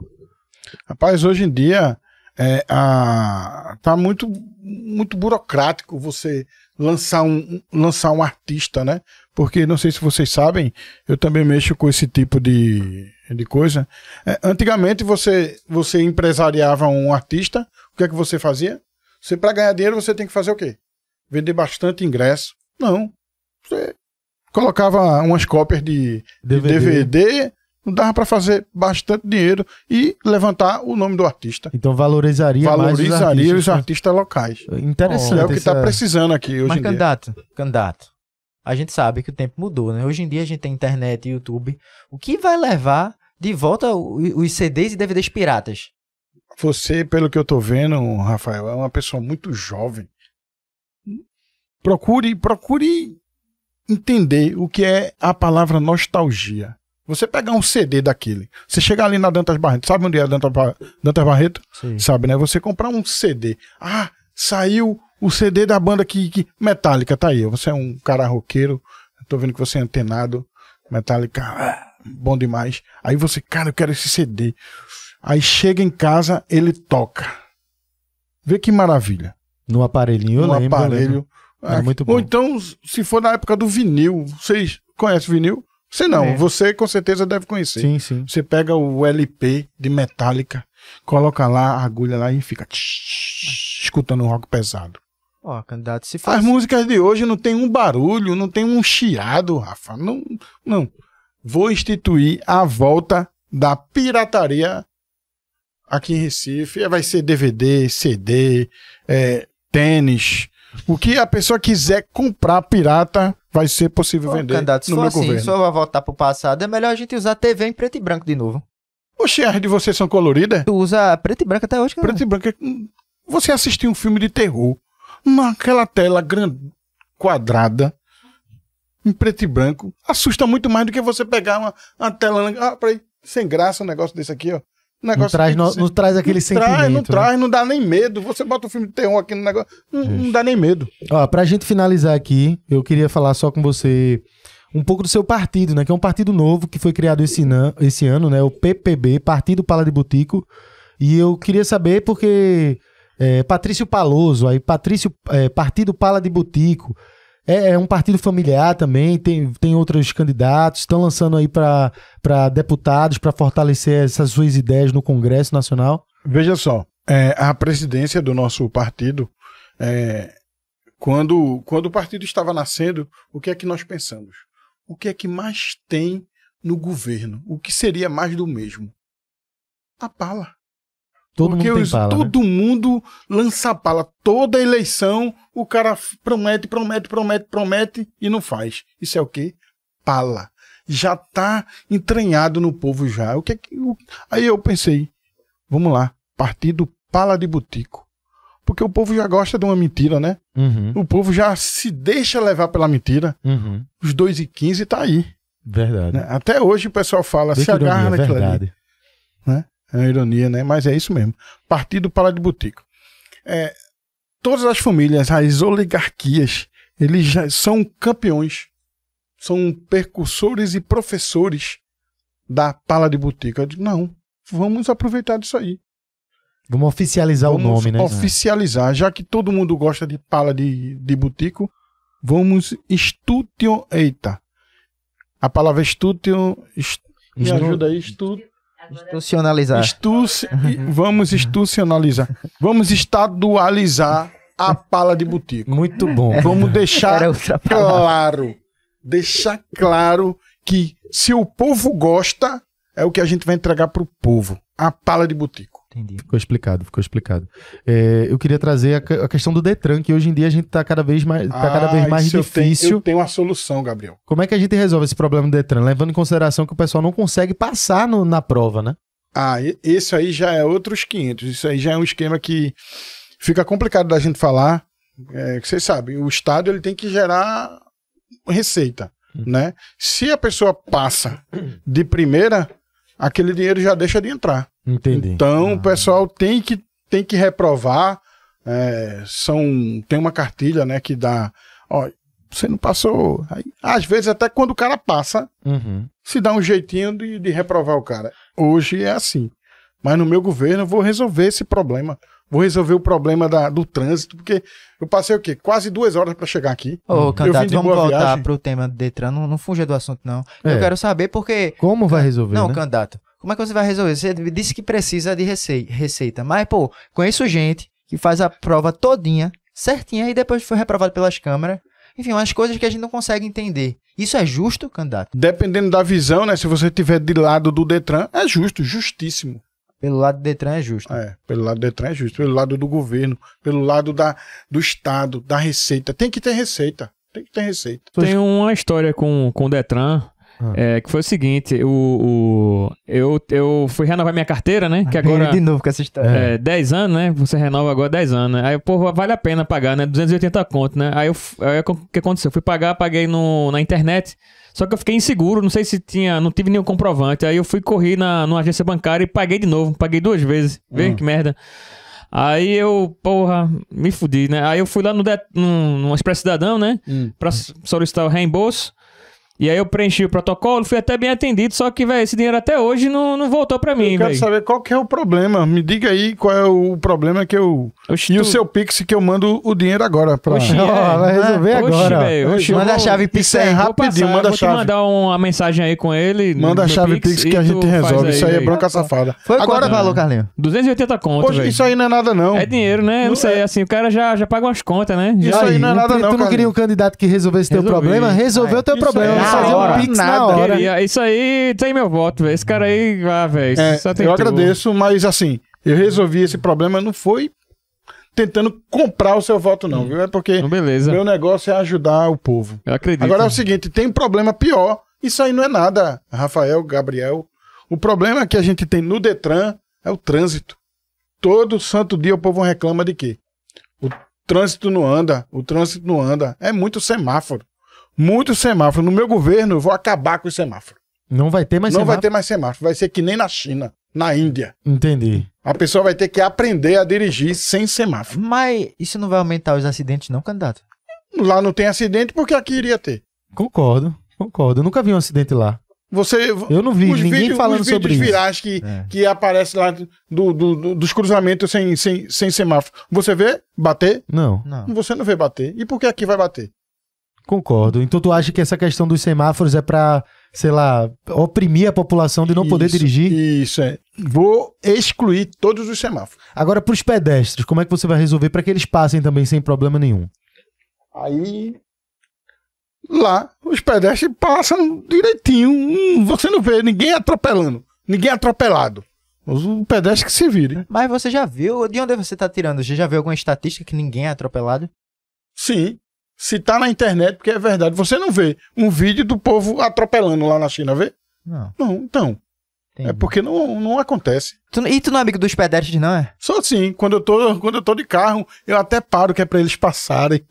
S4: Rapaz, hoje em dia é, a, tá muito, muito burocrático você lançar um, um- lançar um artista, né? Porque não sei se vocês sabem, eu também mexo com esse tipo de, de coisa. É, antigamente você, você empresariava um artista, o que é que você fazia? Você, para ganhar dinheiro, você tem que fazer o quê? Vender bastante ingresso. Não. Você colocava umas cópias de, de
S1: DVD.
S4: DVD, não dava para fazer bastante dinheiro e levantar o nome do artista.
S1: Então valorizaria,
S4: Valorizaria
S1: mais
S4: os
S1: os artistas. né?
S4: artistas locais.
S1: Interessante.
S4: É o que está
S1: essa-
S4: precisando aqui hoje
S2: Mas,
S4: em dia.
S2: candidato, candidato, a gente sabe que o tempo mudou, né? Hoje em dia a gente tem internet e YouTube. O que vai levar de volta o- os CDs e DVDs piratas?
S4: Você, pelo que eu tô vendo, Rafael, é uma pessoa muito jovem. Procure, procure entender o que é a palavra nostalgia. Você pegar um CD daquele, você chegar ali na Dantas Barreto, sabe onde é a Dantas, Ba- Dantas Barreto? Sabe, né? Você comprar um CD. Ah, saiu o CD da banda que, que... Metallica, tá aí. Você é um cara roqueiro, tô vendo que você é antenado. Metallica, ah, bom demais. Aí você, cara, eu quero esse CD. Aí chega em casa, ele toca. Vê que maravilha.
S1: No aparelhinho, eu
S4: um
S1: lembro. né? eu lembro.
S4: aparelho,
S1: Era muito bom.
S4: Ou então, se for na época do vinil, vocês conhecem vinil? Você não,
S2: É.
S4: você com certeza deve conhecer.
S1: Sim, sim.
S4: Você pega o LP de Metallica, coloca lá a agulha lá e fica tsh, escutando um rock pesado.
S2: Ó, candidato, se assim,
S4: As
S2: faz.
S4: músicas de hoje não tem um barulho, não tem um chiado, Rafa. Não, não. Vou instituir a volta da pirataria aqui em Recife. Vai ser DVD, CD, é, tênis. O que a pessoa quiser comprar pirata vai ser possível
S2: Pô,
S4: vender
S2: candidato, se
S4: no
S2: for
S4: meu
S2: assim,
S4: governo.
S2: só vai voltar pro passado, é melhor a gente usar TV em preto e branco de novo.
S4: Oxe, as de vocês são coloridas?
S2: Tu usa preto e branco até
S1: Então.
S2: hoje, cara.
S4: Preto e branco. é- Você assistiu um filme de terror naquela tela grande, quadrada, em preto e branco, assusta muito mais do que você pegar uma, uma tela. Ah, peraí, sem graça um negócio desse aqui, ó. Um
S1: Não
S4: negócio
S1: traz,
S4: aqui
S1: no-
S4: que você-
S1: não traz aquele
S4: não
S1: sentimento.
S4: Traz, não
S1: né?
S4: traz, não dá nem medo. Você bota um filme de terror aqui no negócio, não, não dá nem medo.
S1: Ó, pra gente finalizar aqui, eu queria falar só com você um pouco do seu partido, né? Que é um partido novo que foi criado esse, nan- esse ano, né? O PPB, Partido Pala de Butico. E eu queria saber porque é, Patrício Paloso, aí Patrício, é, Partido Pala de Butico, é, é um partido familiar também, tem, tem outros candidatos, estão lançando aí pra pra deputados, pra fortalecer essas suas ideias no Congresso Nacional.
S4: Veja só, é, a presidência do nosso partido, é, quando, quando o partido estava nascendo, o que é que nós pensamos? O que é que mais tem no governo? O que seria mais do mesmo? A pala.
S1: Todo
S4: Porque
S1: mundo tem
S4: os-
S1: pala, né?
S4: todo mundo lança pala. Toda eleição, o cara f- promete, promete, promete, promete e não faz. Isso é o quê? Pala. Já tá entranhado no povo já. O que é que- o- Aí eu pensei, vamos lá, partido pala de butico. Porque o povo já gosta de uma mentira, né?
S1: Uhum,
S4: O povo já se deixa levar pela mentira.
S1: uhum.
S4: Os 2 e 15 tá aí.
S1: Verdade.
S4: né? Até hoje o pessoal fala,
S1: Bem
S4: se
S1: que ironia,
S4: agarra naquilo ali.
S1: verdade.
S4: É uma ironia, né? Mas é isso mesmo. Partido para de Botico. É, todas as famílias, as oligarquias, eles já são campeões, são percursores e professores da pala de botico. Eu digo, não, vamos aproveitar disso aí.
S1: Vamos oficializar
S4: vamos
S1: o nome, né?
S4: oficializar, já que todo mundo gosta de pala de, de botico, vamos estutio... Eita, a palavra estutio... est- Me
S1: Estu-
S4: ajuda aí, estutio...
S5: Agora,
S1: Tá.
S2: Institucionalizar.
S4: Estuci- e- vamos institucionalizar. Vamos estadualizar a pala de botico.
S1: Muito bom.
S4: Vamos
S2: Era
S4: deixar
S2: outra palavra.
S4: claro. Deixar claro que se o povo gosta, é o que a gente vai entregar pro povo. A pala de botico.
S2: Entendi.
S1: Ficou explicado, ficou explicado. É, eu queria trazer a, que- a questão do Detran, que hoje em dia a gente tá cada vez mais, tá cada vez
S4: Ah,
S1: mais
S4: isso eu tenho-
S1: difícil.
S4: Eu tenho, uma solução, Gabriel.
S1: Como é que a gente resolve esse problema do Detran? Levando em consideração que o pessoal não consegue passar no- na prova, né?
S4: Ah, e- esse aí já é outros 500. Isso aí já é um esquema que fica complicado da gente falar. É, que vocês sabem, o Estado ele tem que gerar receita, né? Se a pessoa passa de primeira, aquele dinheiro já deixa de entrar.
S1: Entendi.
S4: Então, o
S1: Ah,
S4: pessoal tem que, tem que reprovar. é, são, tem uma cartilha, né, que dá... Ó, você não passou... Aí, às vezes, até quando o cara passa,
S1: uhum.
S4: se dá um jeitinho de, de reprovar o cara. Hoje é assim. Mas no meu governo eu vou resolver esse problema. Vou resolver o problema da- do trânsito, porque eu passei o quê? Quase duas horas para chegar aqui.
S2: Ô, candidato,
S4: de
S2: vamos
S4: boa
S2: voltar
S4: viagem.
S2: pro tema do Detran. Não, não fuja do assunto, não.
S1: É.
S2: Eu quero saber porque.
S1: Como vai
S4: Tá
S1: resolver?
S2: Não,
S1: né?
S2: candidato. Como é que você vai resolver? Você disse que precisa de recei- receita. Mas, pô, conheço gente que faz a prova todinha, certinha, e depois foi reprovado pelas câmeras. Enfim, umas coisas que a gente não consegue entender. Isso é justo, candidato?
S4: Dependendo da visão, né? Se você tiver de lado do Detran, é justo, justíssimo.
S2: Pelo lado do Detran é justo.
S4: É, pelo lado do Detran é justo, pelo lado do governo, pelo lado da, do Estado, da receita. Tem que ter receita. Tem que ter receita.
S3: Tem uma história com, com o Detran.
S1: Ah.
S3: é, que foi o seguinte, o, o- eu, eu fui renovar minha carteira, né? Que
S2: Ele
S3: agora
S2: De novo com essa história.
S3: é, 10 anos, né? Você renova agora 10 anos. né? Aí, pô, vale a pena pagar, né? 280 conto, né? Aí, eu, f- aí o que aconteceu? Eu fui pagar, paguei no, na internet. Só que eu fiquei inseguro, não sei se tinha, não tive nenhum comprovante. Aí eu fui correr na numa agência bancária e paguei de novo, paguei duas vezes.
S4: Hum.
S3: Vê que merda. Aí eu, porra, me
S4: Hum.
S3: fudi, né? Aí eu fui lá no, Det- num, numa Expresso Cidadão, né? Pra s- solicitar o reembolso. E aí eu preenchi o protocolo, fui até bem atendido, só que, velho, esse dinheiro até hoje não, não voltou pra mim,
S4: eu quero
S3: velho.
S4: saber qual que é o problema. Me diga aí qual é o problema que eu.
S3: Oxi,
S4: E o
S3: tu-
S4: seu Pix que eu mando o dinheiro agora pra.
S3: Oxi,
S1: Ó,
S3: é,
S1: vai
S2: né?
S1: resolver
S3: Oxi,
S1: agora.
S3: velho, oxi, eu
S2: Manda
S3: vou-
S2: a chave Pix
S4: Isso
S2: aí.
S4: é
S3: Vou passar,
S4: rapidinho, manda
S3: vou
S4: a
S3: te
S4: chave.
S3: mandar um, uma mensagem aí com ele.
S4: Manda a
S3: no
S4: chave Pix
S3: e
S4: que a
S3: tu
S4: gente
S3: faz né?
S4: resolve. Isso aí é
S3: velho.
S4: bronca safada.
S2: Foi
S4: Agora,
S2: quanto o valor, Carlinho?
S3: 280 conto,
S4: hoje,
S3: velho.
S4: isso aí não é nada, não.
S3: É dinheiro, né? Não sei, assim, o cara já, já paga umas contas, né? Já-
S4: Isso aí não é nada
S1: tu
S4: não,
S1: não
S4: Carlinhos.
S1: queria um candidato que resolvesse teu
S3: Resolvi.
S1: problema? Resolveu
S2: Ai,
S1: teu
S4: isso
S1: problema.
S4: aí.
S1: Vamos fazer
S2: Na
S1: um
S2: hora.
S1: pix
S4: Nada.
S1: na hora.
S3: Queria. Isso aí tem meu voto, velho. Esse cara aí, ah, velho.
S4: É,
S3: só tem
S4: eu
S3: tu.
S4: agradeço, mas assim, eu resolvi esse problema, não foi tentando comprar o seu voto, não, viu? É porque
S3: Então, beleza.
S4: meu negócio é ajudar o povo.
S3: Eu acredito.
S4: Agora é o seguinte, tem um problema pior. Isso aí não é nada, Rafael, Gabriel. O problema que a gente tem no Detran é o trânsito. Todo santo dia o povo reclama de quê? O trânsito não anda, o trânsito não anda. É muito semáforo. Muito semáforo. No meu governo, eu vou acabar com o semáforo.
S1: Não vai ter é mais
S4: não vai
S1: semáforo.
S4: ter mais semáforo. Vai ser que nem na China, na Índia.
S1: Entendi.
S4: A pessoa vai ter que aprender a dirigir sem semáforo.
S2: Mas isso não vai aumentar os acidentes, não, candidato?
S4: Lá não tem acidente porque aqui iria ter.
S1: Concordo, concordo. Eu nunca vi um acidente lá.
S4: Você,
S1: Eu não vi
S4: os
S1: ninguém
S4: vídeos-
S1: falando
S4: os
S1: sobre
S4: vídeos
S1: isso.
S4: virais que,
S2: É.
S4: que aparece lá do, do- do- dos cruzamentos sem, sem, sem semáforo. Você vê bater?
S1: Não,
S2: Não.
S4: Você não vê bater. E por que aqui vai bater?
S1: concordo. Então tu acha que essa questão dos semáforos é pra, sei lá, oprimir a população de não poder
S4: Isso,
S1: dirigir?
S4: Isso, é. Vou excluir todos os semáforos.
S1: Agora, pros pedestres, como é que você vai resolver pra que eles passem também sem problema nenhum?
S4: Aí. Lá, os pedestres passam direitinho. Hum, Você não vê ninguém atropelando. Ninguém atropelado. O pedestre que se vire.
S2: Mas você já viu? De onde você tá tirando? Você já viu alguma estatística que ninguém é atropelado?
S4: Sim. Se tá na internet, porque é verdade. Você não vê um vídeo do povo atropelando lá na China, vê?
S2: Não.
S4: Não, então.
S2: entendi.
S4: É porque não, não acontece.
S2: Tu- e tu não é amigo dos pedestres, não é?
S4: Só assim, quando eu, tô, quando eu tô de carro, eu até paro que é pra eles passarem.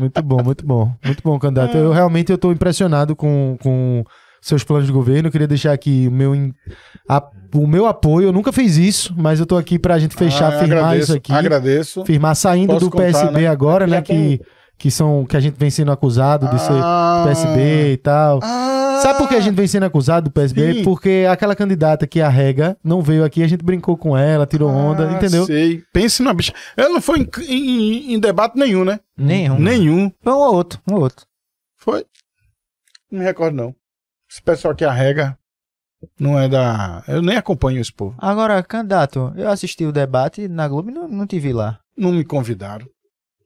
S1: Muito bom, muito bom. Muito bom,
S4: É.
S1: candidato. Eu realmente eu tô impressionado com, com seus planos de governo. Eu queria deixar aqui o meu, in- a- o meu apoio. Eu nunca fiz isso, mas eu tô aqui pra gente fechar,
S4: Ah,
S1: firmar
S4: agradeço,
S1: isso aqui.
S4: Agradeço.
S1: Firmar saindo
S4: Posso
S1: do
S4: contar,
S1: PSB
S4: né?
S1: agora,
S4: Já
S1: né? Que, que, são, que a gente vem sendo acusado de ser
S4: Ah,
S1: PSB e tal.
S4: ah,
S1: Sabe por que a gente vem sendo acusado do PSB?
S4: Sim.
S1: Porque aquela candidata que arrega não veio aqui, a gente brincou com ela, tirou onda,
S4: Ah,
S1: entendeu?
S4: Sei. Pense na bicha. Ela não foi em, em- em debate nenhum, né?
S2: Nenhum.
S4: Nenhum.
S2: Um ou outro, um ou outro.
S4: Foi? Não me recordo, não. Esse pessoal que arrega não é da. Eu nem acompanho esse povo.
S2: Agora, candidato, eu assisti o debate na Globo e não, não te vi lá.
S4: Não me convidaram.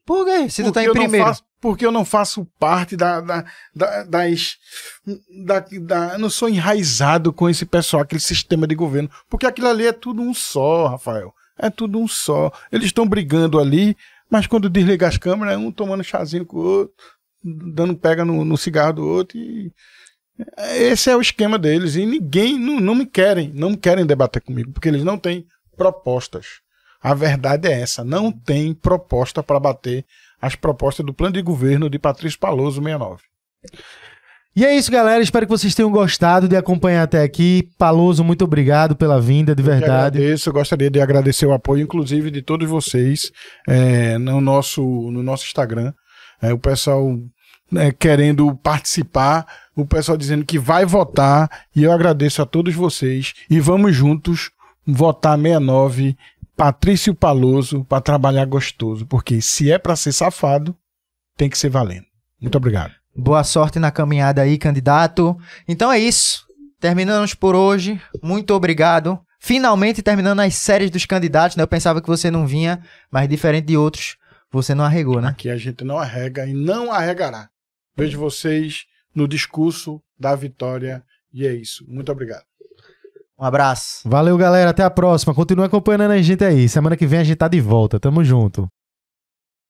S2: Por quê? Se tu tá
S4: Porque
S2: em
S4: eu não
S2: primeiro.
S4: faço- porque eu não faço parte da, da, da- das. Da, da- eu não sou enraizado com esse pessoal, aquele sistema de governo. Porque aquilo ali é tudo um só, Rafael. É tudo um só. Eles estão brigando ali, mas quando desliga as câmeras, é um tomando chazinho com o outro, dando pega no, no cigarro do outro. E... Esse é o esquema deles. E ninguém, não, não me querem, não querem debater comigo, porque eles não têm propostas. A verdade é essa, não tem proposta para bater as propostas do plano de governo de Patrício Paloso 69.
S1: E é isso, galera. Espero que vocês tenham gostado de acompanhar até aqui. Paloso, muito obrigado pela vinda, de
S4: Eu que
S1: verdade.
S4: agradeço, eu gostaria de agradecer o apoio, inclusive, de todos vocês é, no, nosso, no nosso Instagram. É, o pessoal né, querendo participar, o pessoal dizendo que vai votar, e eu agradeço a todos vocês. E vamos juntos votar 69, Patrício Paloso, para trabalhar gostoso, porque se é para ser safado, tem que ser valendo. Muito obrigado.
S2: Boa sorte na caminhada aí, candidato. Então é isso. Terminamos por hoje. Muito obrigado. Finalmente terminando as séries dos candidatos, né? Eu pensava que você não vinha, mas diferente de outros, você não arregou, né?
S4: que a gente não arrega e não arregará. Vejo vocês no discurso da vitória e é isso. Muito obrigado.
S2: Um abraço.
S1: Valeu, galera. Até a próxima. Continue acompanhando a gente aí. Semana que vem a gente tá de volta. Tamo junto.